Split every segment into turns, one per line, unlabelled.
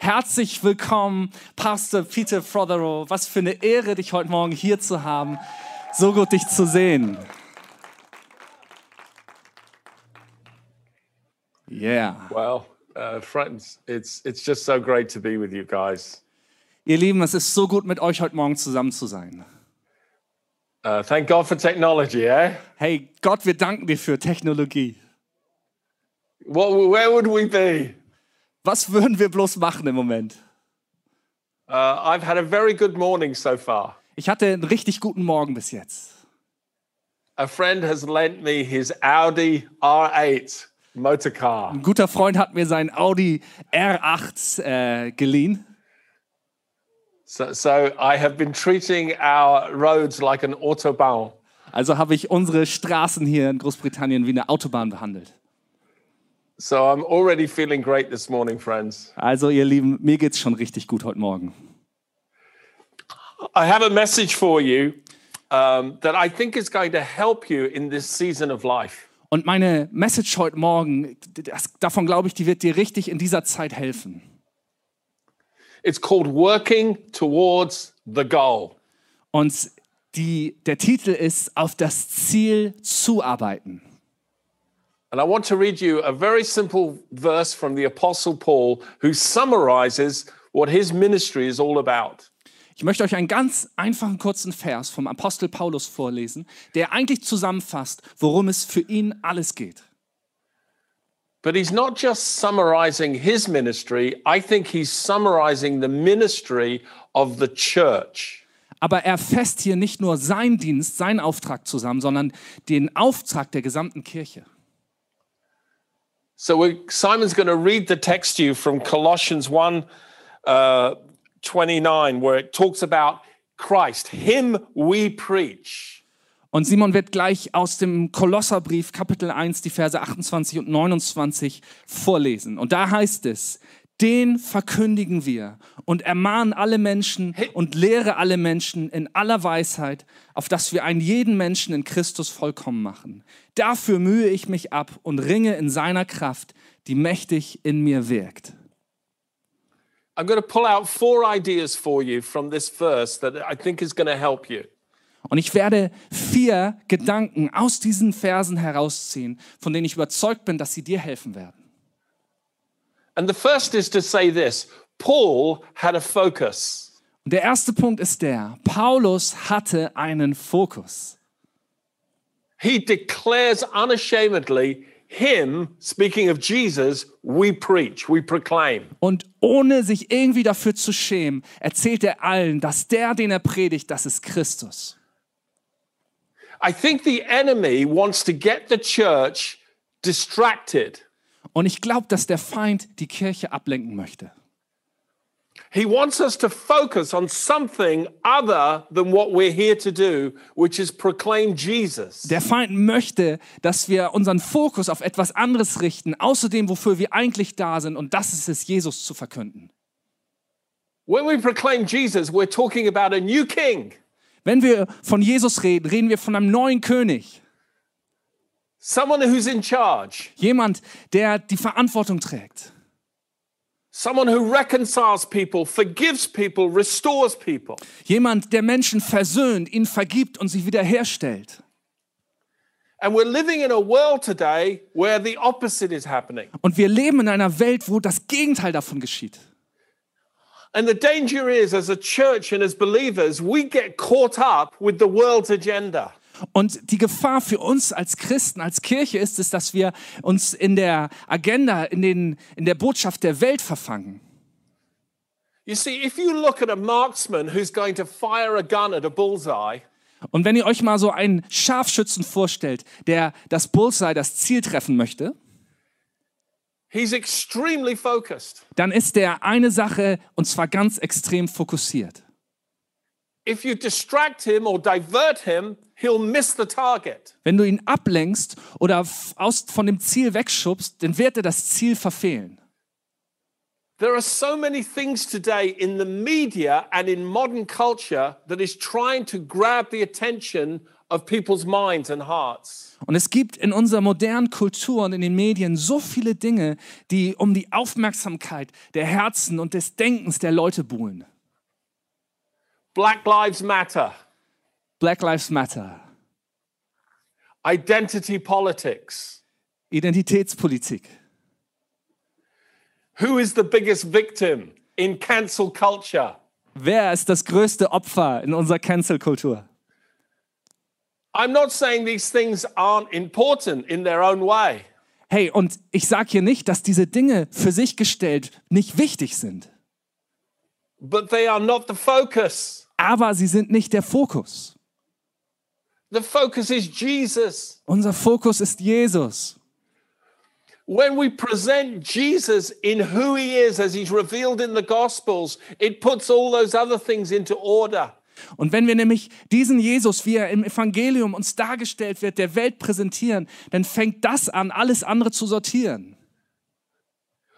Herzlich willkommen, Pastor Peter Frotherow. Was für eine Ehre, dich heute Morgen hier zu haben. So gut, dich zu sehen. Yeah.
Well, uh, friends, it's it's just so great to be with you guys.
Ihr Lieben, es ist so gut, mit euch heute Morgen zusammen zu sein.
Uh, thank God for technology, eh?
Hey Gott, wir danken dir für Technologie.
What, where would we be?
Was würden wir bloß machen im Moment?
Uh, I've had a very good morning so far.
Ich hatte einen richtig guten Morgen bis jetzt.
A friend has lent me his Audi R8 motor car.
Ein guter Freund hat mir seinen Audi R8 äh, geliehen.
So, so I have been treating our roads like an autobahn.
Also habe ich unsere Straßen hier in Großbritannien wie eine Autobahn behandelt.
So I'm already feeling great this morning, friends.
Also ihr Lieben, mir geht's schon richtig gut heute Morgen.
I have a message for you um, that I think is going to help you in this season of life.
Und meine Message heute Morgen, das, davon glaube ich, die wird dir richtig in dieser Zeit helfen.
It's called working towards the goal.
Und die, der Titel ist Auf das Ziel zuarbeiten.
And I want to read you a very simple verse from the Apostle Paul who summarizes what his ministry is all about.
Ich möchte euch einen ganz einfachen kurzen Vers vom Apostel Paulus vorlesen, der eigentlich zusammenfasst, worum es für ihn alles geht.
But he's not just summarizing his ministry, I think he's summarizing the ministry of the church.
Aber er fasst hier nicht nur seinen Dienst, seinen Auftrag zusammen, sondern den Auftrag der gesamten Kirche.
So we Simon's going to read the text to you from Colossians 1 uh, 29, where it talks about Christ, Him we preach.
Und Simon wird gleich aus dem Kolosserbrief Kapitel 1 die Verse 28 und 29 vorlesen. Und da heißt es, den verkündigen wir und ermahnen alle Menschen und lehre alle Menschen in aller Weisheit, auf dass wir einen jeden Menschen in Christus vollkommen machen. Dafür mühe ich mich ab und ringe in seiner Kraft, die mächtig in mir wirkt.
I'm going to pull out four ideas for you from this verse that I think is going to help you.
Und ich werde vier Gedanken aus diesen Versen herausziehen, von denen ich überzeugt bin, dass sie dir helfen werden.
And the first is to say this Paul had a focus.
Und der erste Punkt ist der, Paulus hatte einen Fokus.
He declares unashamedly, Him, speaking of Jesus, we preach, we proclaim.
Und ohne sich irgendwie dafür zu schämen, erzählt er allen, dass der, den er predigt, das ist Christus.
I think the enemy wants to get the church distracted.
Und ich glaube, dass der Feind die Kirche ablenken möchte.
He wants us to focus on something other than what we're here to do, which is proclaim Jesus.
Der Feind möchte, dass wir unseren Fokus auf etwas anderes richten, außer dem, wofür wir eigentlich da sind. Und das ist es, Jesus zu verkünden.
When we proclaim Jesus, we're talking about a new king,
Wenn wir von Jesus reden, reden wir von einem neuen König.
someone who's in charge,
Jemand, der die Verantwortung trägt.
someone who reconciles people, forgives people, restores people.
Jemand, der Menschen versöhnt, ihnen vergibt und sie wiederherstellt.
And we're living in a world today where the opposite is happening.
Und wir leben in einer Welt, wo das Gegenteil davon geschieht.
And the danger is, as a church and as believers, we get caught up with the world's agenda.
Und die Gefahr für uns als Christen, als Kirche ist es, dass wir uns in der Agenda, in, den, in der Botschaft der Welt verfangen.
You see, if you look at a marksman who's going to fire a gun at a bullseye,
Und wenn ihr euch mal so einen Scharfschützen vorstellt, der das Bullseye, das Ziel treffen möchte,
he's extremely focused.
dann ist der eine Sache und zwar ganz extrem fokussiert.
If you distract him or divert him, he'll miss the target.
Wenn du ihn ablenkst oder f- aus, von dem Ziel wegschubst, dann wird er das Ziel verfehlen.
There are so many things today in the media and in modern culture that is trying to grab the attention of people's minds and hearts.
Und es gibt in unserer modernen Kultur und in den Medien so viele Dinge, die um die Aufmerksamkeit der Herzen und des Denkens der Leute buhlen.
Black Lives Matter,
Black Lives Matter,
identity politics.
Identitätspolitik.
Who is the biggest victim in cancel culture?
Wer ist das größte Opfer in unserer Cancel-Kultur?
I'm not saying these things aren't important in their own way,
Hey, und ich sage hier nicht, dass diese Dinge für sich gestellt nicht wichtig sind,
but they are not the focus.
aber sie sind nicht der Fokus.
The focus is Jesus.
Unser Fokus ist Jesus.
When we present Jesus in who he is as he's revealed in the Gospels, it puts all those other things into order.
Und wenn wir nämlich diesen Jesus, wie er im Evangelium uns dargestellt wird, der Welt präsentieren, dann fängt das an, alles andere zu sortieren.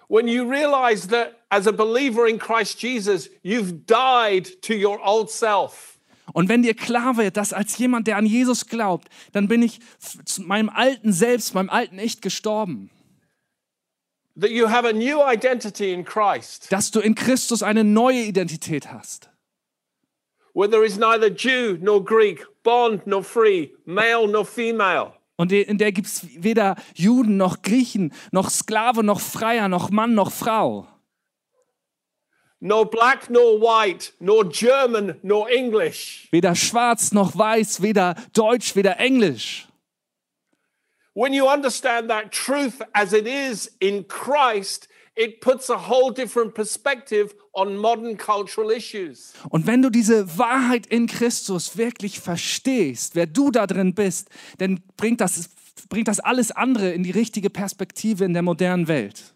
When you realize that as a believer in Christ Jesus, you've died to your old self,
Und wenn dir klar wird, dass als jemand, der an Jesus glaubt, dann bin ich f- zu meinem alten Selbst, meinem alten Ich gestorben.
that you have a new identity in Christ,
Dass du in Christus eine neue Identität hast.
where there is neither Jew nor Greek, bond nor free, male nor female,
Und in der gibt es weder Juden noch Griechen, noch Sklave, noch Freier, noch Mann, noch Frau.
nor black nor white, nor German nor English.
Weder schwarz noch weiß, weder deutsch, weder englisch.
When you understand that truth as it is in Christ, it puts a whole different perspective on modern cultural issues.
Und wenn du diese Wahrheit in Christus wirklich verstehst, wer du da drin bist, dann bringt das, bringt das alles andere in die richtige Perspektive in der modernen Welt.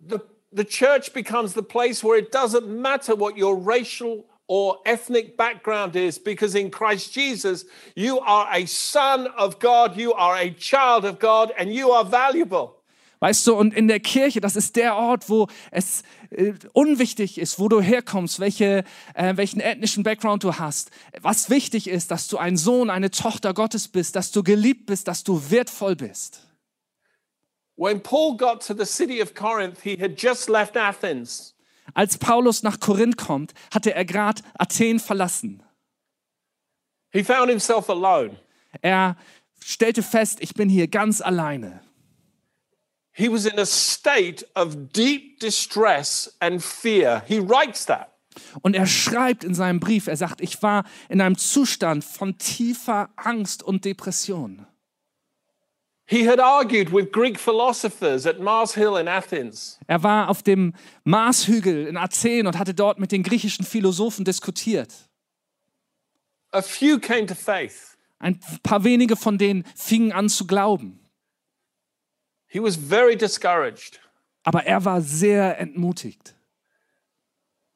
The, the church becomes the place where it doesn't matter what your racial or ethnic background is, because in Christ Jesus, you are a son of God, you are a child of God, and you are valuable.
Weißt du, und in der Kirche, das ist der Ort, wo es äh, unwichtig ist, wo du herkommst, welche, äh, welchen ethnischen Background du hast. Was wichtig ist, dass du ein Sohn, eine Tochter Gottes bist, dass du geliebt bist, dass du wertvoll bist.
When Paul got to the city of Corinth, he had just left Athens.
Als Paulus nach Korinth kommt, hatte er gerade Athen verlassen.
He found himself alone.
Er stellte fest, ich bin hier ganz alleine.
He was in a state of deep distress and fear. He writes that.
Und er schreibt in seinem Brief, er sagt, ich war in einem Zustand von tiefer Angst und Depression.
He had argued with Greek philosophers at Mars Hill in Athens.
Er war auf dem Marshügel in Athen und hatte dort mit den griechischen Philosophen diskutiert.
A few came to faith.
Ein paar wenige von denen fingen an zu glauben.
He was very discouraged.
Aber er war sehr entmutigt.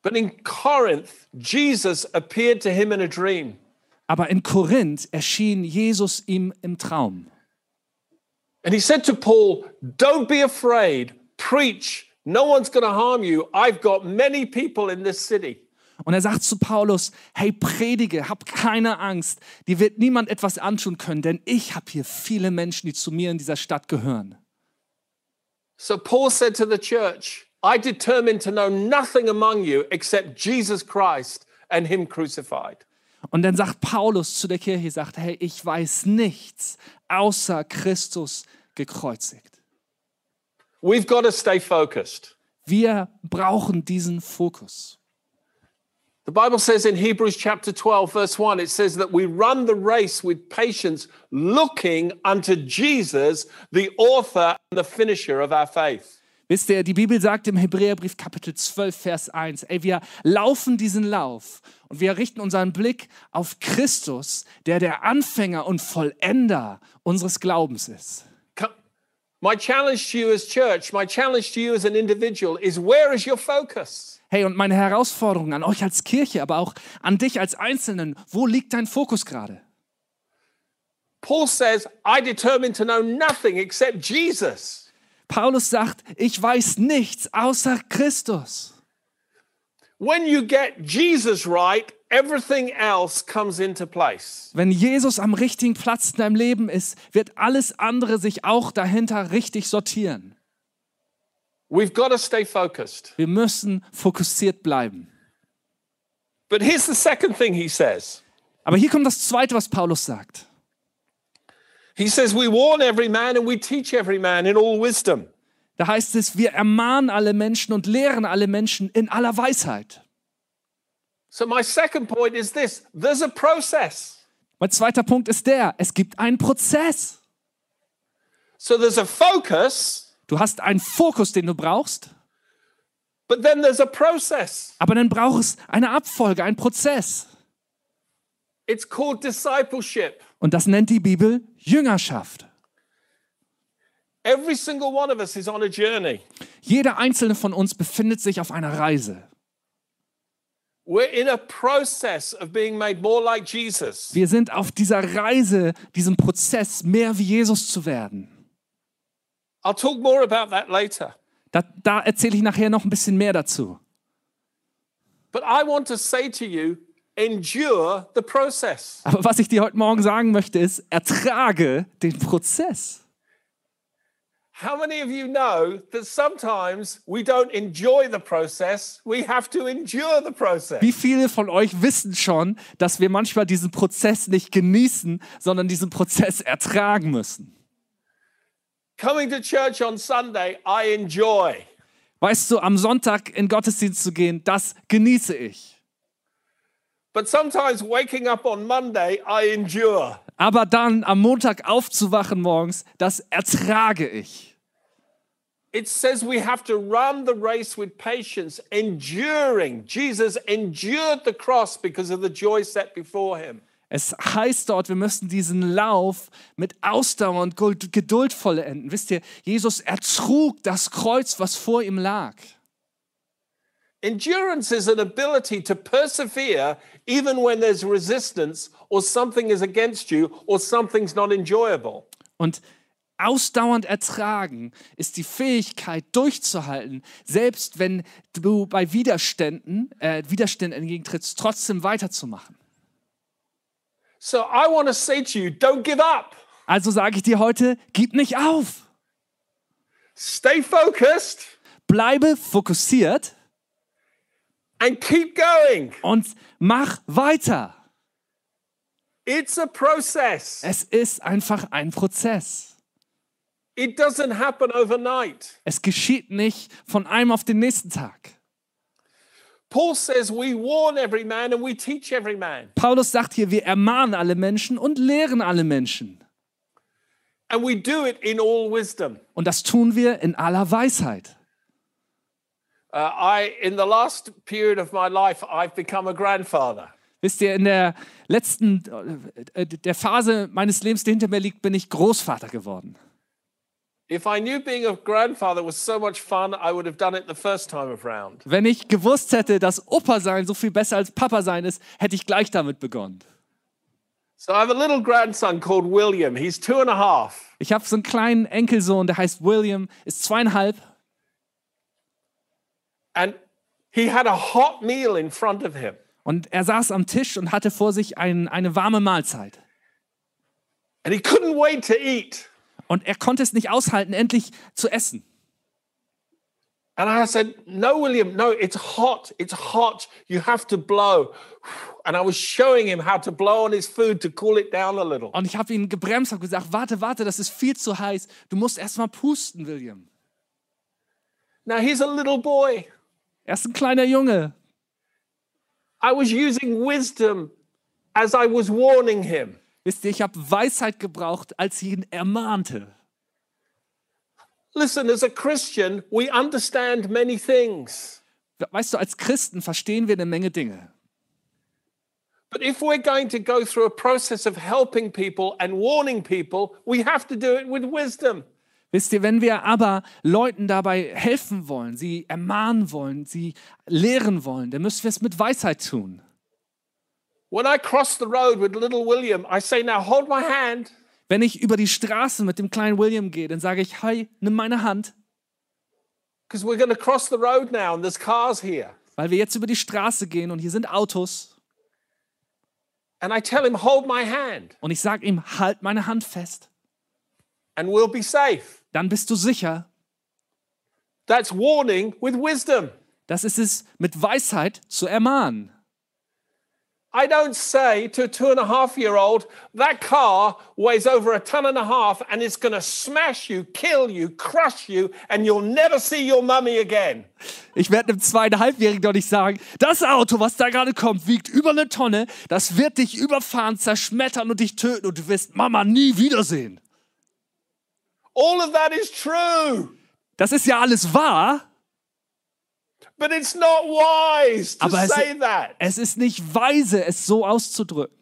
But in Corinth, Jesus appeared to him in a dream.
Aber in Korinth erschien Jesus ihm im Traum.
And he said to Paul, Don't be afraid, preach. No one's going to harm you. I've got many people in this city.
Und er sagt zu Paulus, hey, predige, hab keine Angst, dir wird niemand etwas antun können, denn ich habe hier viele Menschen, die zu mir in dieser Stadt gehören.
So Paul said to the church, I determined to know nothing among you except Jesus Christ and him crucified.
Und dann sagt Paulus zu der Kirche, sagt, hey, ich weiß nichts außer Christus gekreuzigt.
We've got to stay focused.
Wir brauchen diesen Fokus.
The Bible says in Hebrews chapter 12, verse 1, it says that we run the race with patience, looking unto Jesus, the author and the finisher of our faith.
Wisst ihr, die Bibel sagt im Hebräerbrief Kapitel 12, Vers 1, ey, wir laufen diesen Lauf und wir richten unseren Blick auf Christus, der der Anfänger und Vollender unseres Glaubens ist.
Co- My challenge to you as church, my challenge to you as an individual is where is your focus?
Hey, und meine Herausforderung an euch als Kirche, aber auch an dich als Einzelnen, wo liegt dein Fokus gerade?
Paul says, I determined to know nothing except Jesus.
Paulus sagt, ich weiß nichts außer Christus.
When you get Jesus right, everything else comes into place.
Wenn Jesus am richtigen Platz in deinem Leben ist, wird alles andere sich auch dahinter richtig sortieren.
We've got to stay focused.
Wir müssen fokussiert bleiben.
But here's the second thing he says
Aber hier kommt das Zweite, was Paulus sagt.
He says, We warn every man and we teach every man in all wisdom.
Da heißt es, wir ermahnen alle Menschen und lehren alle Menschen in aller Weisheit.
So, my second point is this there's a process.
Mein zweiter Punkt ist der, es gibt einen Prozess.
So, there's a focus,
Du hast einen Fokus, den du brauchst,
but then there's a process.
aber dann braucht es eine Abfolge, einen Prozess.
It's called discipleship.
Und das nennt die Bibel Jüngerschaft.
Every single one of us is on a journey.
Jeder einzelne von uns befindet sich auf einer Reise.
We're in a process of being made more like Jesus.
Wir sind auf dieser Reise, diesem Prozess, mehr wie Jesus zu werden.
I'll talk more about that later.
Da, da erzähle ich nachher noch ein bisschen mehr dazu.
But I want to say to you endure the process.
Aber was ich dir heute Morgen sagen möchte, ist, ertrage den Prozess.
How many of you know that sometimes we don't enjoy the process? We have to endure the process.
Wie viele von euch wissen schon, dass wir manchmal diesen Prozess nicht genießen, sondern diesen Prozess ertragen müssen?
Coming to church on Sunday, I enjoy.
Weißt du, am Sonntag in Gottesdienst zu gehen, das genieße ich.
But sometimes waking up on Monday, I endure.
Aber dann am Montag aufzuwachen morgens, das ertrage ich.
It says we have to run the race with patience, enduring. Jesus endured the cross because of the joy set before him.
Es heißt dort, wir müssen diesen Lauf mit Ausdauer und Guld- Geduld vollenden. Wisst ihr, Jesus ertrug das Kreuz, was vor ihm lag.
Endurance is an ability to persevere even when there's resistance or something is against you or something's not enjoyable.
Und ausdauernd ertragen ist die Fähigkeit durchzuhalten, selbst wenn du bei Widerständen, äh, Widerständen entgegentrittst, trotzdem weiterzumachen.
So I want to say to you don't give up,
Also sage ich dir heute, gib nicht auf.
stay focused
Bleibe fokussiert
and keep going.
und mach weiter.
It's a process,
Es ist einfach ein Prozess.
it doesn't happen overnight.
Es geschieht nicht von einem auf den nächsten Tag.
Paul says we warn every man and we teach every man,
Paulus sagt hier, wir ermahnen alle Menschen und lehren alle Menschen.
and we do it in all wisdom.
Und das tun wir in aller Weisheit.
Uh, I, in the last period of my life, I've become a grandfather.
Wisst ihr, in der letzten, äh, der Phase meines Lebens, die hinter mir liegt, bin ich Großvater geworden.
If I knew being a grandfather was so much fun, I would have done it the first time around.
Wenn ich gewusst hätte, dass Opa sein so viel besser als Papa sein ist, hätte ich gleich damit begonnen.
So I have a little grandson called William. He's two and a half.
Ich habe so einen kleinen Enkelsohn, der heißt William, ist zweieinhalb
And he had a hot meal in front of him.
und er saß am Tisch und hatte vor sich ein, eine warme Mahlzeit.
And he couldn't wait to eat.
Und er konnte es nicht aushalten, endlich zu essen.
And I said, No, William, no, it's hot. It's hot. You have to blow. And I was showing him how to blow on his food to cool it down a little.
Und ich habe ihn gebremst, habe gesagt, warte, warte, das ist viel zu heiß. Du musst erst mal pusten, William.
Now he's a little boy.
Er ist ein kleiner Junge.
I was using wisdom as I was warning him.
Wisst ihr, ich habe Weisheit gebraucht, als ich ihn ermahnte.
Listen, as a Christian, we understand many things.
Weißt du, als Christen verstehen wir eine Menge Dinge.
But if we're going to go through a process of helping people and warning people, we have to do it with wisdom.
Wisst ihr, wenn wir aber Leuten dabei helfen wollen, sie ermahnen wollen, sie lehren wollen, dann müssen wir es mit Weisheit tun.
When I cross the road with little William, I say, Now hold my hand.
Wenn ich über die Straße mit dem kleinen William gehe, dann sage ich, hey, nimm meine Hand,
Because we're going to cross the road now and there's cars here.
weil wir jetzt über die Straße gehen und hier sind Autos
And I tell him, hold my hand
und ich sage ihm, halt meine Hand fest,
and we'll be safe.
dann bist du sicher.
That's warning with wisdom.
Das ist es, mit Weisheit zu ermahnen.
I don't say to a two and a half year old, that car weighs over a ton and a half and it's going to smash you, kill you, crush you, and you'll never see your mummy again.
Ich werde einem zweieinhalbjährigen doch nicht sagen, das Auto, was da gerade kommt, wiegt über eine Tonne, das wird dich überfahren, zerschmettern und dich töten und du wirst Mama nie wiedersehen.
All of that is true,
Das ist ja alles wahr,
but it's not wise to
aber es,
say that.
es ist nicht weise, es so auszudrücken.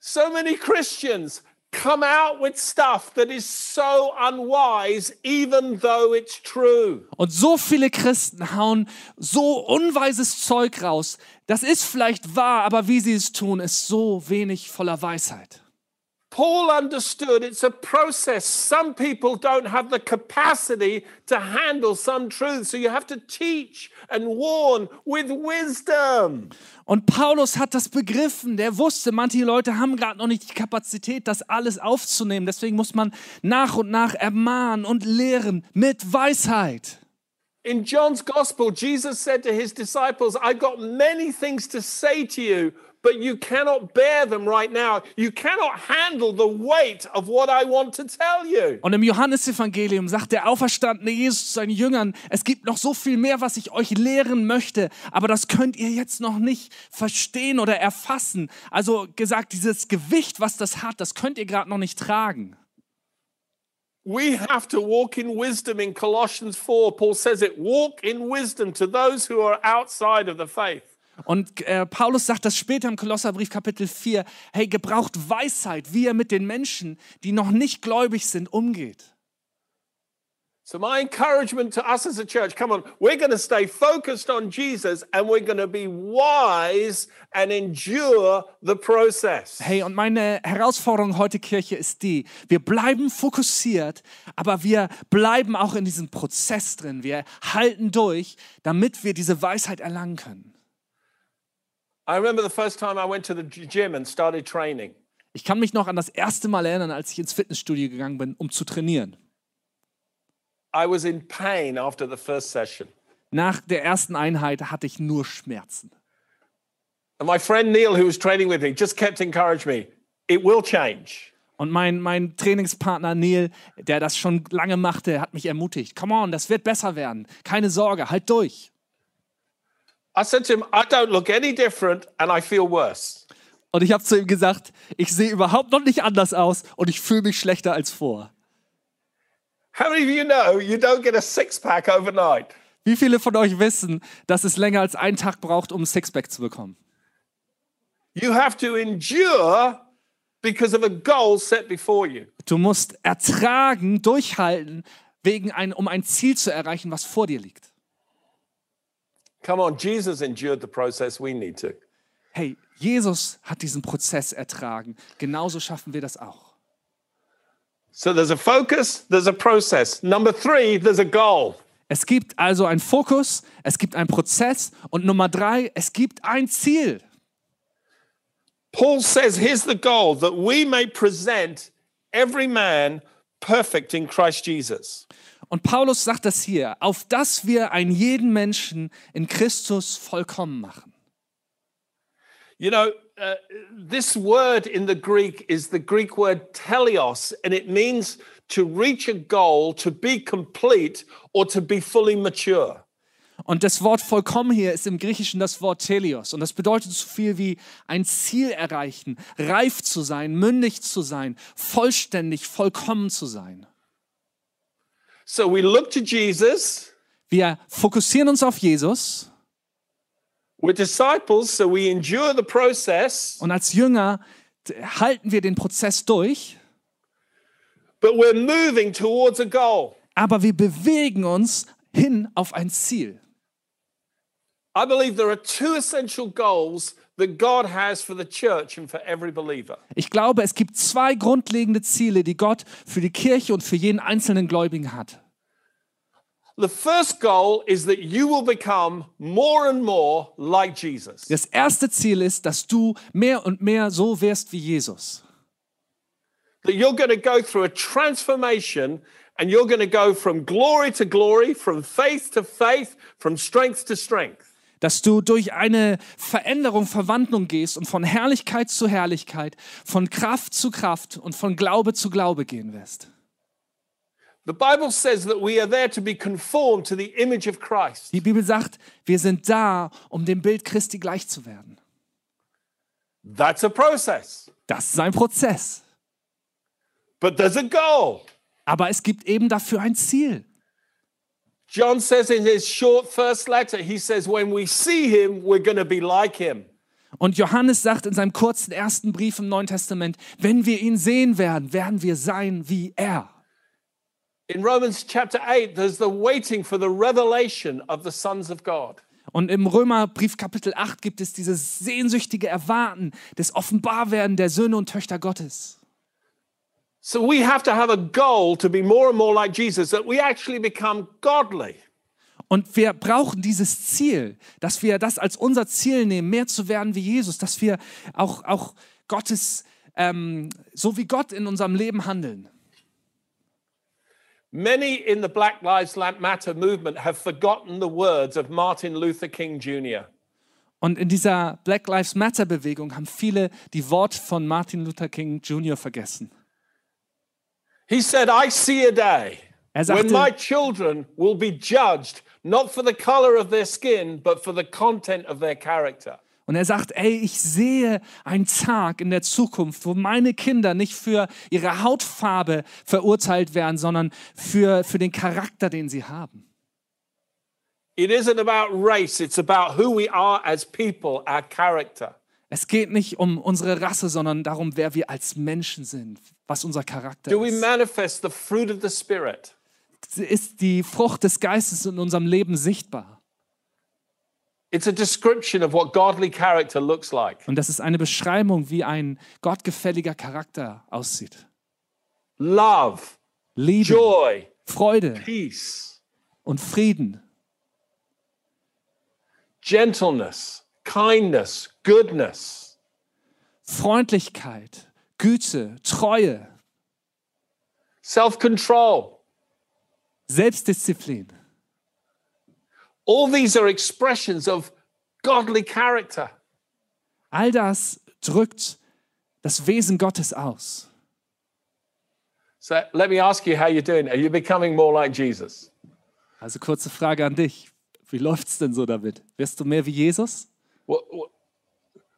So many Christians come out with stuff that is so unwise, even though it's true.
Und so viele Christen hauen so unweises Zeug raus. Das ist vielleicht wahr, aber wie sie es tun, ist so wenig voller Weisheit.
Paul understood it's a process. Some people don't have the capacity to handle some truths. So you have to teach and warn with wisdom.
Und Paulus hat das begriffen, der wusste, manche Leute haben gerade noch nicht die Kapazität, das alles aufzunehmen. Deswegen muss man nach und nach ermahnen und lehren mit Weisheit.
In John's gospel, Jesus said to his disciples, I've got many things to say to you, but you cannot bear them right now. You cannot handle the weight of what I want to tell you.
Und im Johannesevangelium sagt der auferstandene Jesus zu seinen Jüngern, es gibt noch so viel mehr, was ich euch lehren möchte, aber das könnt ihr jetzt noch nicht verstehen oder erfassen. Also gesagt, dieses Gewicht, was das hat, das könnt ihr gerade noch nicht tragen.
We have to walk in wisdom in Colossians 4. Paul says it walk in wisdom to those who are outside of the faith.
Und äh, Paulus sagt das später im Kolosserbrief Kapitel 4, hey, gebraucht Weisheit, wie er mit den Menschen, die noch nicht gläubig sind, umgeht.
So, my encouragement to us as a church come on, we're going to stay focused on Jesus and we're going to be wise and endure the process.
Hey, und meine Herausforderung heute, Kirche, ist die, wir bleiben fokussiert, aber wir bleiben auch in diesem Prozess drin. Wir halten durch, damit wir diese Weisheit erlangen können.
I remember the first time I went to the g- gym and started training.
Ich kann mich noch an das erste Mal erinnern, als ich ins Fitnessstudio gegangen bin, um zu trainieren.
I was in pain after the first session.
Nach der ersten Einheit hatte ich nur Schmerzen.
And my friend Neil, who was training with me, just kept encouraging me it will change.
Und mein, mein Trainingspartner Neil, der das schon lange machte, hat mich ermutigt. Come on, das wird besser werden. Keine Sorge, halt durch.
I said to him, I don't look any different and I feel worse.
Und ich habe zu ihm gesagt, ich sehe überhaupt noch nicht anders aus und ich fühle mich schlechter als vor.
How many of you know you don't get a six pack overnight?
Wie viele von euch wissen, dass es länger als einen Tag braucht, um ein Sixpack zu bekommen?
You have to endure because of a goal set before you.
Du musst ertragen, durchhalten, wegen ein, um ein Ziel zu erreichen, was vor dir liegt.
Come on, Jesus endured the process. We need to.
Hey, Jesus hat diesen Prozess ertragen. Genauso schaffen wir das auch.
So there's a focus, there's a process. Number three, there's a goal.
Es gibt also einen Fokus, es gibt einen Prozess und Nummer drei, es gibt ein Ziel.
Paul says, Here's the goal that we may present every man perfect in Christ Jesus.
Und Paulus sagt das hier, auf dass wir einen jeden Menschen in Christus vollkommen machen.
You know, uh, this word in the Greek is the Greek word teleos, and it means to reach a goal, to be complete, or to be fully mature.
Und das Wort vollkommen hier ist im Griechischen das Wort telios. Und das bedeutet so viel wie ein Ziel erreichen, reif zu sein, mündig zu sein, vollständig, vollkommen zu sein.
So we look to Jesus.
Wir fokussieren uns auf Jesus
We're disciples, so we endure the process,
und als Jünger t- halten wir den Prozess durch
but we're moving towards a goal.
aber wir bewegen uns hin auf ein Ziel.
I believe there are two essential goals that God has for the church and for every believer.
Ich glaube, es gibt zwei grundlegende Ziele, die Gott für die Kirche und für jeden einzelnen Gläubigen hat.
The first goal is that you will become more and more like Jesus.
Das erste Ziel ist, dass du mehr und mehr so wirst wie Jesus.
That you're going to go through a transformation and you're going to go from glory to glory, from faith to faith, from strength to strength.
Dass du durch eine Veränderung, Verwandlung gehst und von Herrlichkeit zu Herrlichkeit, von Kraft zu Kraft und von Glaube zu Glaube gehen wirst.
The Bible says that we are there to be conformed to the image of Christ.
Die Bibel sagt, wir sind da, um dem Bild Christi gleich zu werden.
That's a process,
Das ist ein Prozess.
but there's a goal.
Aber es gibt eben dafür ein Ziel.
John says in his short first letter, he says, When we see him, we're going to be like him.
Und Johannes sagt in seinem kurzen ersten Brief im Neuen Testament, wenn wir ihn sehen werden, werden wir sein wie er.
In Romans chapter 8, there's the waiting for the revelation of the sons of God.
Und im Römerbrief Kapitel 8 gibt es dieses sehnsüchtige Erwarten, des Offenbarwerden der Söhne und Töchter Gottes.
So we have to have a goal to be more and more like Jesus, that we actually become godly.
Und wir brauchen dieses Ziel, dass wir das als unser Ziel nehmen, mehr zu werden wie Jesus, dass wir auch, auch Gottes, ähm, so wie Gott in unserem Leben handeln.
Many in the Black Lives Matter movement have forgotten the words of Martin Luther King Jr.
Und in dieser Black Lives Matter Bewegung haben viele die Worte von Martin Luther King Jr. vergessen.
He said, I see a day
Er
when
sagte-
my children will be judged not for the color of their skin, but for the content of their character.
Und er sagt, ey, ich sehe einen Tag in der Zukunft, wo meine Kinder nicht für ihre Hautfarbe verurteilt werden, sondern für, für den Charakter, den sie haben.
It isn't about race, it's about who we are as people, our character.
Es geht nicht um unsere Rasse, sondern darum, wer wir als Menschen sind, was unser Charakter
Do we
ist.
manifest the fruit of the Spirit?
Ist die Frucht des Geistes in unserem Leben sichtbar?
It's a description of what godly character looks like.
Und das ist eine Beschreibung, wie ein gottgefälliger Charakter aussieht.
Love,
Liebe,
joy,
Freude
peace,
und Frieden,
gentleness, kindness, goodness.
Freundlichkeit, Güte, Treue,
self control.
Selbstdisziplin.
All these are expressions of godly character.
All das drückt das Wesen Gottes aus.
So let me ask you how you're doing. Are you becoming more like Jesus?
Also kurze Frage an dich. Wie läuft's denn so damit? Wirst du mehr wie Jesus?
What, what,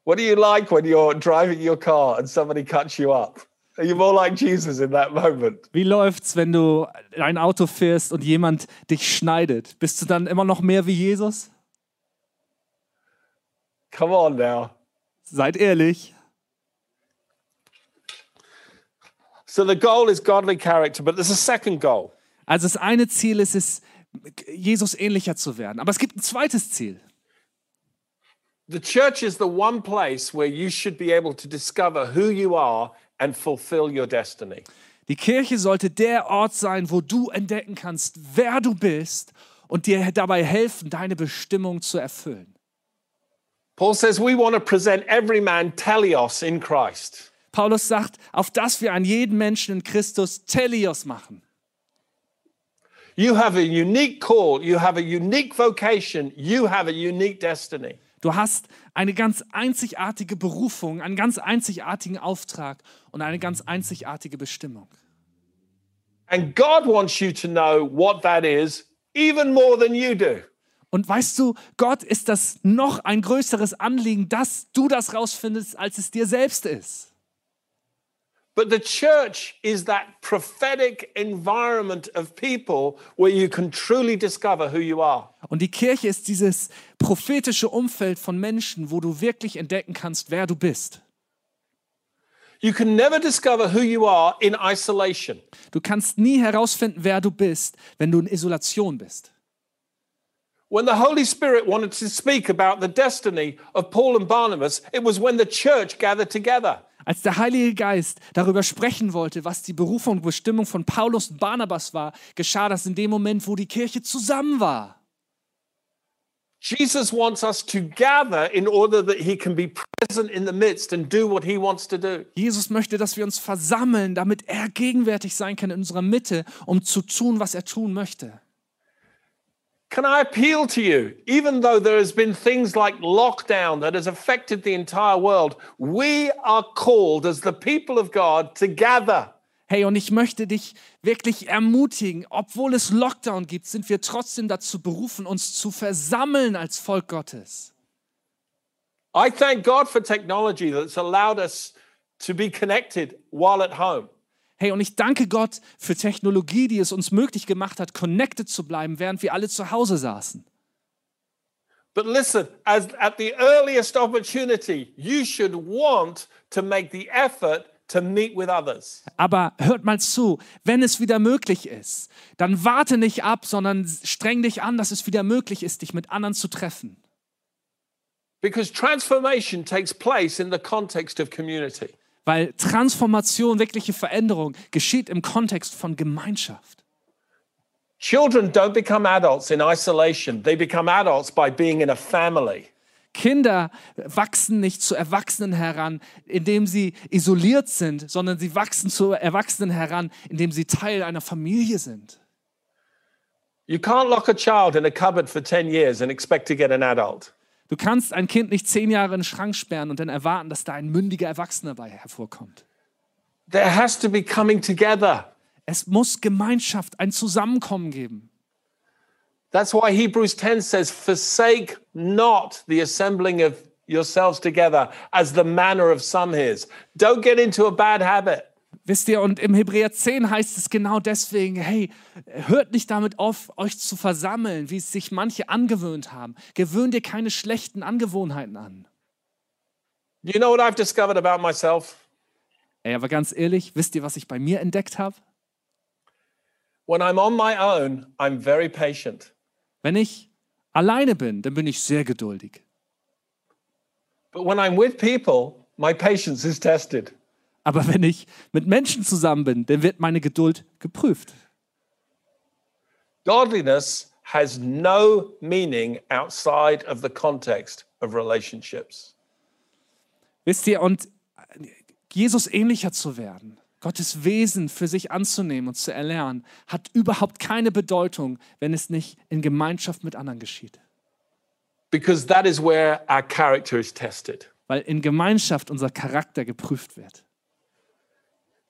what do you like when you're driving your car and somebody cuts you up? Are you more like Jesus in that moment?
Wie läuft's, wenn du ein Auto fährst und jemand dich schneidet? Bist du dann immer noch mehr wie Jesus?
Come on now.
Seid ehrlich.
So the goal is godly character, but there's a second goal.
Also das eine Ziel ist es, Jesus ähnlicher zu werden. Aber es gibt ein zweites Ziel.
The church is the one place where you should be able to discover who you are and fulfill your destiny.
Die Kirche sollte der Ort sein, wo du entdecken kannst, wer du bist und dir dabei helfen, deine Bestimmung zu erfüllen.
Paul says we want to present every man teleos in Christ.
Paulus sagt, auf dass wir an jeden Menschen in Christus Telios machen.
You have a unique call, you have a unique vocation, you have a unique destiny.
Du hast eine ganz einzigartige Berufung, einen ganz einzigartigen Auftrag und eine ganz einzigartige Bestimmung.
And God wants you to know what that is even more than you do.
Und weißt du, Gott ist das noch ein größeres Anliegen, dass du das rausfindest, als es dir selbst ist.
But the church is that prophetic environment of people where you can truly discover who you are.
Und die Kirche ist dieses prophetische Umfeld von Menschen, wo du wirklich entdecken kannst, wer du bist.
You can never discover who you are in isolation.
Du kannst nie herausfinden, wer du bist, wenn du in Isolation bist.
When the Holy Spirit wanted to speak about the destiny of Paul and Barnabas, it was when the church gathered together.
Als der Heilige Geist darüber sprechen wollte, was die Berufung und Bestimmung von Paulus und Barnabas war, geschah das in dem Moment, wo die Kirche zusammen war.
Jesus wants us to gather in order that he can be present in the midst and do what he wants to do.
Jesus möchte, dass wir uns versammeln, damit er gegenwärtig sein kann in unserer Mitte, um zu tun, was er tun möchte.
Can I appeal to you? Even though there has been things like lockdown that has affected the entire world, we are called as the people of God to gather.
Hey, und ich möchte dich wirklich ermutigen, obwohl es Lockdown gibt, sind wir trotzdem dazu berufen, uns zu versammeln als Volk Gottes.
I thank God for technology that's allowed us to be connected while at home.
Hey, und ich danke Gott für Technologie, die es uns möglich gemacht hat, connected zu bleiben, während wir alle zu Hause saßen.
But listen, as at the earliest opportunity, you should want to make the effort to meet with others.
Aber hört mal zu, wenn es wieder möglich ist, dann warte nicht ab, sondern streng dich an, dass es wieder möglich ist, dich mit anderen zu treffen.
Because transformation takes place in the context of community.
Weil Transformation, wirkliche Veränderung geschieht im Kontext von Gemeinschaft.
Children don't become adults in isolation, they become adults by being in a family.
Kinder wachsen nicht zu Erwachsenen heran, indem sie isoliert sind, sondern sie wachsen zu Erwachsenen heran, indem sie Teil einer Familie sind.
You can't lock a child in a cupboard for 10 years and expect to get an adult.
Du kannst ein Kind nicht zehn Jahre in den Schrank sperren und dann erwarten, dass da ein mündiger Erwachsener bei hervorkommt.
There has to be coming together.
Es muss Gemeinschaft, ein Zusammenkommen geben.
That's why Hebrews 10 says, Forsake not the assembling of yourselves together as the manner of some is. Don't get into a bad habit.
Wisst ihr, und im Hebräer 10 heißt es genau deswegen, hey, hört nicht damit auf, euch zu versammeln, wie es sich manche angewöhnt haben. Gewöhnt ihr keine schlechten Angewohnheiten an.
You know what I've discovered about myself?
Ey, aber ganz ehrlich, wisst ihr, was ich bei mir entdeckt habe?
When I'm on my own, I'm very patient.
Wenn ich alleine bin, dann bin ich sehr geduldig.
But when I'm with people, my patience is tested.
Aber wenn ich mit Menschen zusammen bin, dann wird meine Geduld geprüft.
Godliness has no meaning outside of the context of relationships.
Wisst ihr, und Jesus ähnlicher zu werden, Gottes Wesen für sich anzunehmen und zu erlernen, hat überhaupt keine Bedeutung, wenn es nicht in Gemeinschaft mit anderen geschieht.
because that is where our character is tested.
Weil in Gemeinschaft unser Charakter geprüft wird.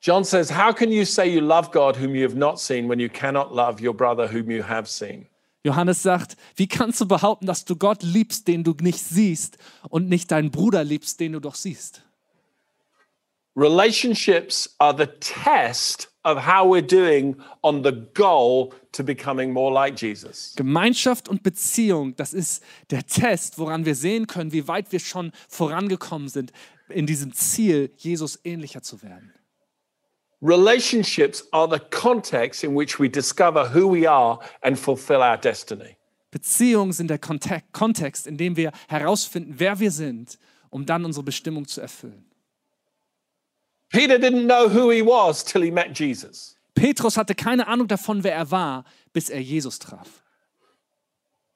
John says, How can you say you love God whom you have not seen when you cannot love your brother whom you have seen?
Johannes sagt, wie kannst du behaupten, dass du Gott liebst, den du nicht siehst und nicht deinen Bruder liebst, den du doch siehst?
Relationships are the test of how we're doing on the goal to becoming more like Jesus.
Gemeinschaft und Beziehung, das ist der Test, woran wir sehen können, wie weit wir schon vorangekommen sind in diesem Ziel, Jesus ähnlicher zu werden.
Relationships are the context in which we discover who we are and fulfill our destiny.
Beziehungen sind der Kontek- Kontext, in dem wir herausfinden, wer wir sind, um dann unsere Bestimmung zu erfüllen.
Peter didn't know who he was till he met Jesus.
Petrus hatte keine Ahnung davon, wer er war, bis er Jesus traf.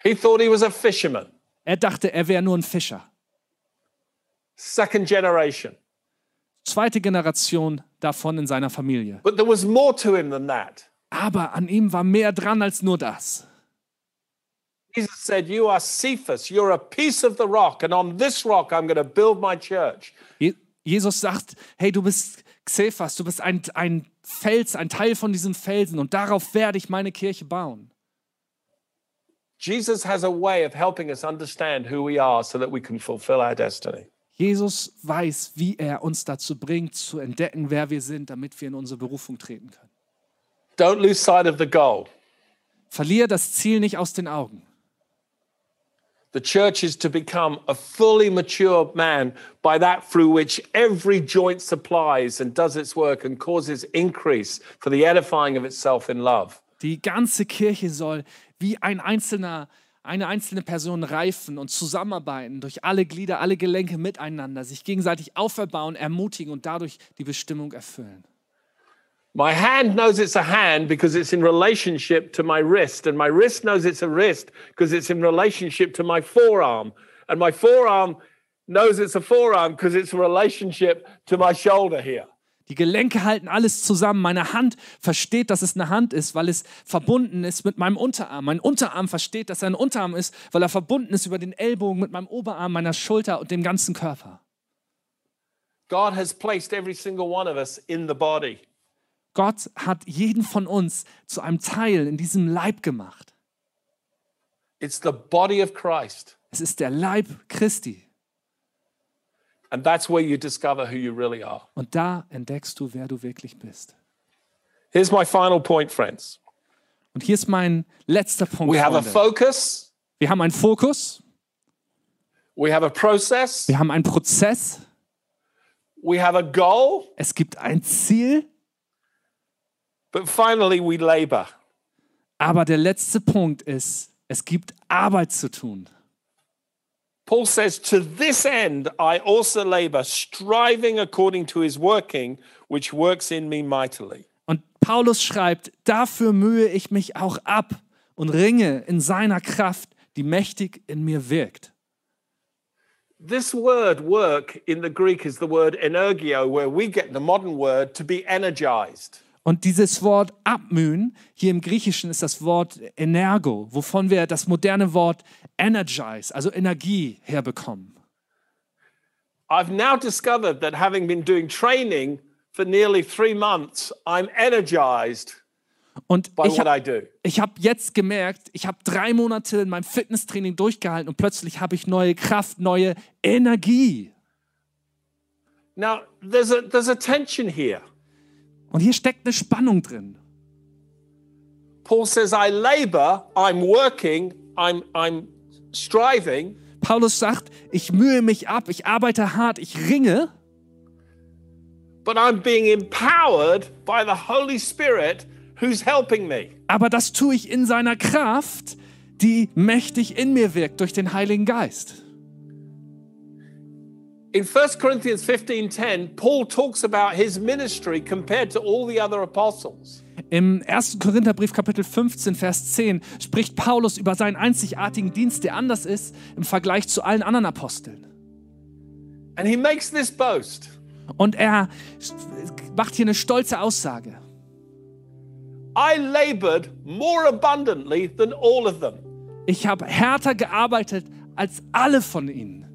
He thought he was a fisherman,
Er dachte, er wäre nur ein Fischer.
second generation.
Zweite Generation davon in seiner Familie.
But there was more to him than that.
Aber an ihm war mehr dran als nur das.
Jesus said, You are Cephas, you're a piece of the rock, and on this rock I'm going to build my church.
Je Jesus sagt, hey, du bist Xephas, du bist ein, ein Fels, ein Teil von diesem Felsen und darauf werde ich meine Kirche bauen.
Jesus has a way of helping us understand who we are so that we can fulfill our destiny.
Jesus weiß, wie er uns dazu bringt, zu entdecken, wer wir sind, damit wir in unsere Berufung treten können.
Don't lose sight of the goal.
Verlier das Ziel nicht aus den Augen.
The church is to become a fully mature man by that through which every joint supplies and does its work and causes increase for the edifying of itself in love.
Die ganze Kirche soll wie ein einzelner eine einzelne Person reifen und zusammenarbeiten, durch alle Glieder, alle Gelenke miteinander, sich gegenseitig auferbauen, ermutigen und dadurch die Bestimmung erfüllen.
My hand knows it's a hand because it's in relationship to my wrist. And my wrist knows it's a wrist because it's in relationship to my forearm. And my forearm knows it's a forearm because it's a relationship to my shoulder here.
Die Gelenke halten alles zusammen. Meine Hand versteht, dass es eine Hand ist, weil es verbunden ist mit meinem Unterarm. Mein Unterarm versteht, dass er ein Unterarm ist, weil er verbunden ist über den Ellbogen mit meinem Oberarm, meiner Schulter und dem ganzen Körper.
God has placed every single one of us in the body.
Gott hat jeden von uns zu einem Teil in diesem Leib gemacht.
It's the body of Christ.
Es ist der Leib Christi.
And that's where you discover who you really are.
Und da entdeckst du, wer du wirklich bist.
Here's my final point, friends.
Und hier ist mein letzter Punkt.
We have a
Freunde.
focus,
Wir haben einen Fokus,
we have a process,
wir haben einen Prozess,
we have a goal,
es gibt ein Ziel,
but finally we labor.
aber der letzte Punkt ist, es gibt Arbeit zu tun.
Paul says, To this end I also labor, striving according to his working, which works in me mightily.
Und Paulus schreibt, dafür mühe ich mich auch ab und ringe in seiner Kraft, die mächtig in mir wirkt.
This word work in the Greek is the word energio, where we get the modern word to be energized.
Und dieses Wort abmühen, hier im Griechischen ist das Wort energo, wovon wir das moderne Wort energize, also Energie herbekommen.
I've now discovered that having been doing training for nearly three months, I'm energized
Und
by
ich
what
habe
I do.
ich hab jetzt gemerkt, ich habe drei Monate in meinem Fitnesstraining durchgehalten und plötzlich habe ich neue Kraft, neue Energie.
Now, there's a, there's a tension here.
Und hier steckt eine Spannung drin.
Paul says, I labor, I'm working, I'm, I'm striving,
Paulus sagt, ich mühe mich ab, ich arbeite hart, ich ringe,
but I'm being empowered by the Holy Spirit who's helping me.
aber das tue ich in seiner Kraft, die mächtig in mir wirkt durch den Heiligen Geist.
In 1 Corinthians 15:10, Paul talks about his ministry compared to all the other apostles.
Im 1. Korintherbrief Kapitel 15, Vers 10 spricht Paulus über seinen einzigartigen Dienst, der anders ist im Vergleich zu allen anderen Aposteln.
And he makes this boast.
Und er macht hier eine stolze Aussage.
I labored more abundantly than all of them.
Ich habe härter gearbeitet als alle von ihnen.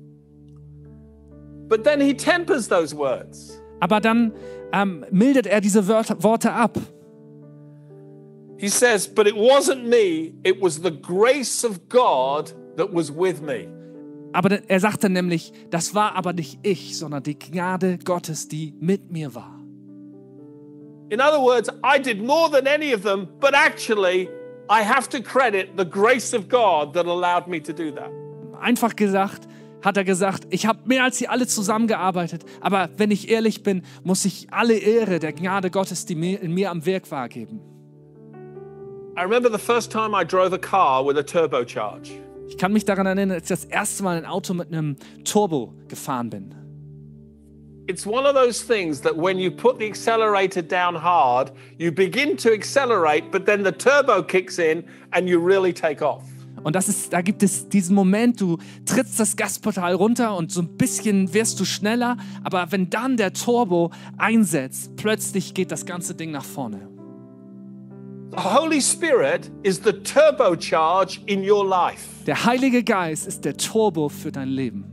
But then he tempers those words.
Aber dann ähm, mildet er diese Wörter, Worte ab.
He says, But it wasn't me, it was the grace of God that was with me.
Aber er sagte nämlich, das war aber nicht ich, sondern die Gnade Gottes, die mit mir war.
In other words, I did more than any of them, but actually, I have to credit the grace of God that allowed me to do that.
Einfach gesagt hat er gesagt, ich habe mehr als sie alle zusammengearbeitet, aber wenn ich ehrlich bin, muss ich alle Ehre der Gnade Gottes, die mir, in mir am Werk war, geben.
I remember the first time I drove a car with a turbocharge.
Ich kann mich daran erinnern, als ich das erste Mal ein Auto mit einem Turbo gefahren bin.
It's one of those things that when you put the accelerator down hard, you begin to accelerate, but then the turbo kicks in and you really take off.
Und das ist, da gibt es diesen Moment, du trittst das Gaspedal runter und so ein bisschen wirst du schneller, aber wenn dann der Turbo einsetzt, plötzlich geht das ganze Ding nach vorne.
The Holy Spirit is the turbocharge in your life.
Der Heilige Geist ist der Turbo für dein Leben.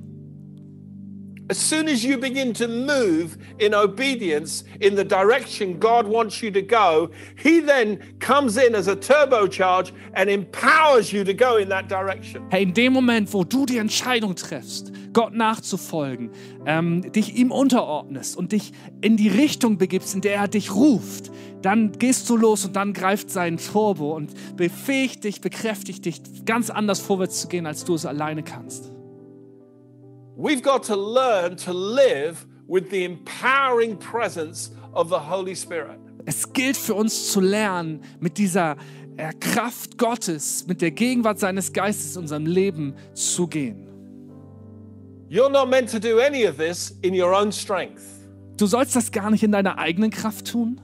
As soon as you begin to move in obedience in the direction God wants you to go, He then comes in as a turbocharge and empowers you to go in that direction.
Hey, in dem Moment, wo du die Entscheidung triffst, Gott nachzufolgen, ähm, dich ihm unterordnest und dich in die Richtung begibst, in der er dich ruft, dann gehst du los und dann greift sein Turbo und befähigt dich, bekräftigt dich, ganz anders vorwärts zu gehen, als du es alleine kannst.
We've got to learn to live with the empowering presence of the Holy Spirit.
Es gilt für uns zu lernen, mit dieser der Kraft Gottes, mit der Gegenwart seines Geistes unserem Leben zu gehen.
You're not meant to do any of this in your own strength.
Du sollst das gar nicht in deiner eigenen Kraft tun.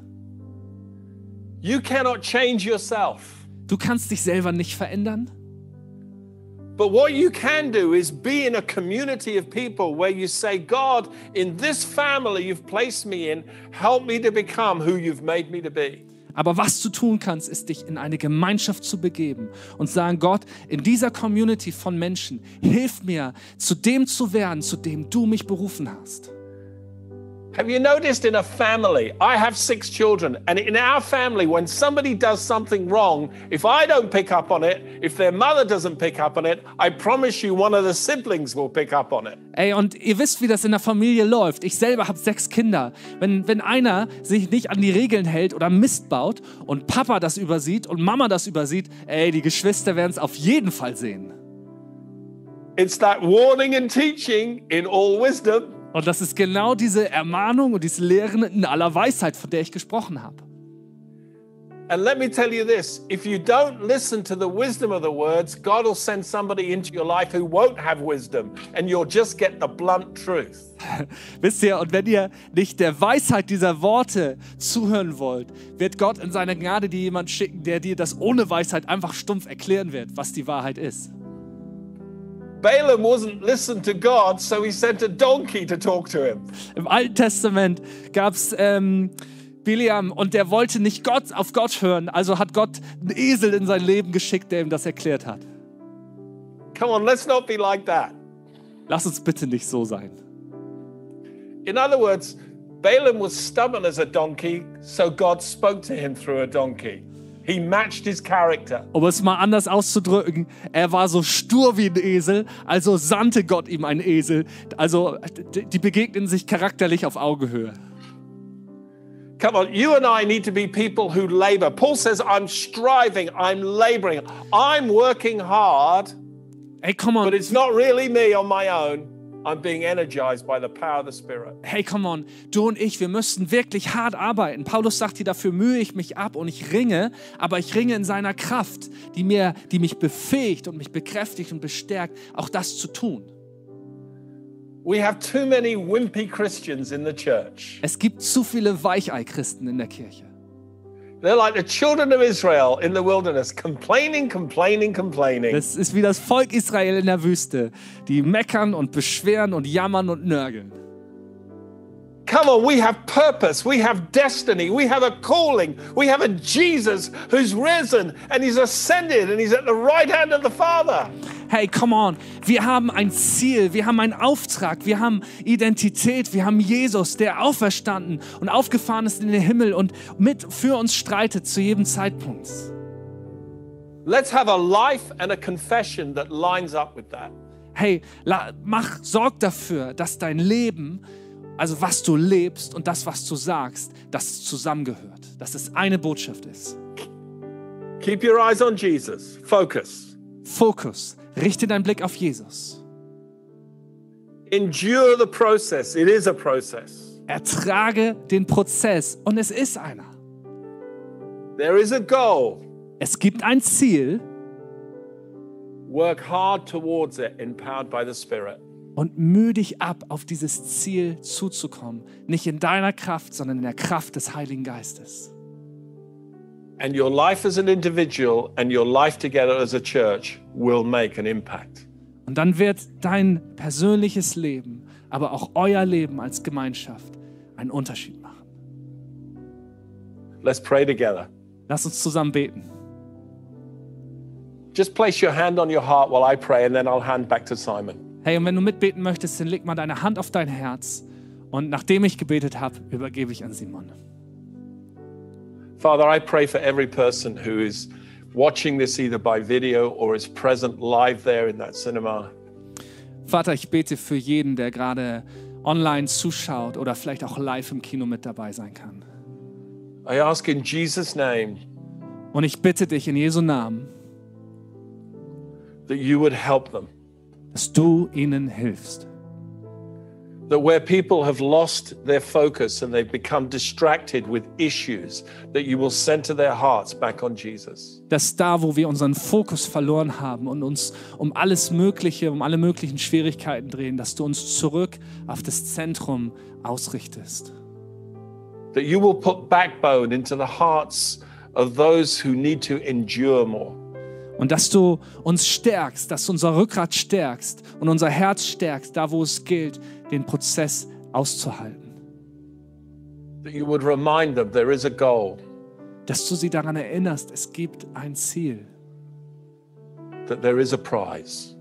You cannot change yourself.
Du kannst dich selber nicht verändern.
But what you can do is be in a community of people where you say, God, in this family you've placed me in, help me to become who you've made me to be.
Aber was du tun kannst, ist dich in eine Gemeinschaft zu begeben und sagen, Gott, in dieser Community von Menschen, hilf mir, zu dem zu werden, zu dem du mich berufen hast.
Have you noticed in a family? I have six children, and in our family, when somebody does something wrong, if I don't pick up on it, if their mother doesn't pick up on it, I promise you one of the siblings will pick up on it.
Ey, und ihr wisst, wie das in der Familie läuft. Ich selber habe sechs Kinder. Wenn, wenn einer sich nicht an die Regeln hält oder Mist baut und Papa das übersieht und Mama das übersieht, ey, die Geschwister werden es auf jeden Fall sehen.
It's that warning and teaching in all wisdom.
Und das ist genau diese Ermahnung und diese Lehren in aller Weisheit, von der ich gesprochen habe.
And let me tell you this if you don't listen to the wisdom of the words, God will send somebody into your life who won't have wisdom, and you'll just get the blunt truth.
Wisst ihr, und wenn ihr nicht der Weisheit dieser Worte zuhören wollt, wird Gott in seiner Gnade dir jemand schicken, der dir das ohne Weisheit einfach stumpf erklären wird, was die Wahrheit ist.
Balaam wasn't listened to God, so he sent a donkey to talk to him.
Im Alten Testament gab es ähm, Biliam und der wollte nicht Gott auf Gott hören, also hat Gott einen Esel in sein Leben geschickt, der ihm das erklärt hat.
Come on, let's not be like that.
Lass uns bitte nicht so sein.
In other words, Balaam was stubborn as a donkey, so God spoke to him through a donkey. He matched his character.
Um es mal anders auszudrücken, er war so stur wie ein Esel, also sandte Gott ihm einen Esel. Also d- die begegnen sich charakterlich auf Augenhöhe.
Come on, you and I need to be people who labor. Paul says, I'm striving, I'm laboring, I'm working hard,
Ey, come on,
but it's not really me on my own. I'm being energized by the power of the Spirit.
hey, come on, du und ich, wir müssen wirklich hart arbeiten. Paulus sagt hier, dafür mühe ich mich ab und ich ringe, aber ich ringe in seiner Kraft, die, mir, die mich befähigt und mich bekräftigt und bestärkt, auch das zu tun.
We have too many wimpy Christians in the church.
Es gibt zu viele Weichei-Christen in der Kirche.
They're like the children of Israel in the wilderness, complaining, complaining, complaining.
Das ist wie das Volk Israel in der Wüste. Die meckern und beschweren und jammern und nörgeln.
Come on, we have purpose, we have destiny, we have a calling, we have a Jesus who's risen and he's ascended and he's at the right hand of the Father.
Hey, come on. Wir haben ein Ziel, wir haben einen Auftrag, wir haben Identität, wir haben Jesus, der auferstanden und aufgefahren ist in den Himmel und mit für uns streitet zu jedem Zeitpunkt.
Let's have a life and a confession that lines up with that.
Hey, la, mach sorg dafür, dass dein Leben, also was du lebst und das, was du sagst, das zusammengehört. Dass es eine Botschaft ist.
Keep your eyes on Jesus, focus,
Fokus. Richte deinen Blick auf Jesus.
endure the process. It is a process.
Ertrage den Prozess und es ist einer.
There is a goal,
Es gibt ein Ziel
work hard towards it, empowered by the Spirit.
und mühe dich ab, auf dieses Ziel zuzukommen. Nicht in deiner Kraft, sondern in der Kraft des Heiligen Geistes.
And your life as an individual and your life together as a church will make an impact.
Und dann wird dein persönliches Leben, aber auch euer Leben als Gemeinschaft einen Unterschied machen.
Let's pray together.
Lass uns zusammen beten.
Just place your hand on your heart while I pray, and then I'll hand back to Simon.
Hey, und wenn du mitbeten möchtest, dann leg mal deine Hand auf dein Herz. Und nachdem ich gebetet habe, übergebe ich an Simon.
Father, I pray for every person who is watching this either by video or is present live there in that cinema.
Vater, ich bete für jeden, der gerade online zuschaut oder vielleicht auch live im Kino mit dabei sein kann.
I ask in Jesus' name
Und ich bitte dich in Jesu Namen,
that you would help them,
dass du ihnen hilfst,
that where people have lost their focus and they've become distracted with issues, that you will center their hearts back on Jesus.
dass da, wo wir unseren Fokus verloren haben und uns um alles Mögliche, um alle möglichen Schwierigkeiten drehen, dass du uns zurück auf das Zentrum ausrichtest.
That you will put backbone into the hearts of those who need to endure more.
Und dass du uns stärkst, dass du unser Rückgrat stärkst und unser Herz stärkst, da wo es gilt, den Prozess auszuhalten.
That you would remind them there is a goal,
Dass du sie daran erinnerst, es gibt ein Ziel,
that there is a prize.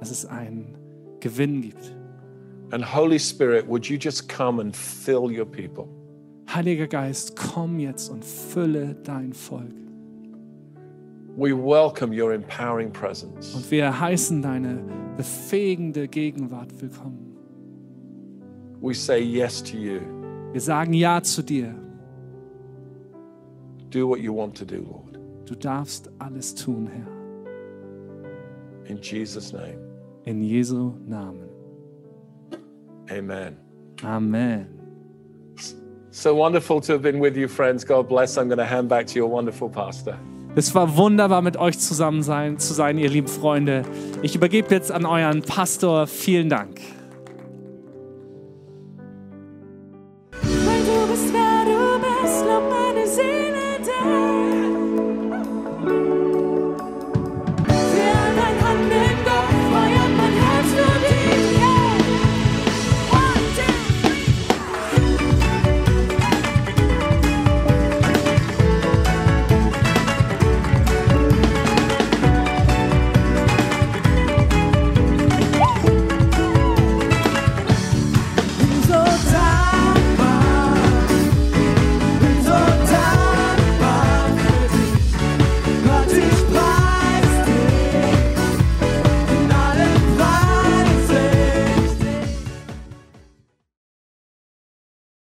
dass es einen Gewinn gibt.
And Holy Spirit, would you just come and fill your people?
Heiliger Geist, komm jetzt und fülle dein Volk.
We welcome your empowering presence.
Und wir heißen deine befähigende Gegenwart willkommen.
We say yes to you.
Wir sagen Ja zu dir.
Do what you want to do, Lord.
Du darfst alles tun, Herr.
In Jesus' name,
In Jesu Namen.
amen.
Amen.
So wonderful to have been with you, friends. God bless. I'm going to hand back to your wonderful pastor.
Es war wunderbar, mit euch zusammen sein, zu sein, ihr lieben Freunde. Ich übergebe jetzt an euren Pastor. Vielen Dank.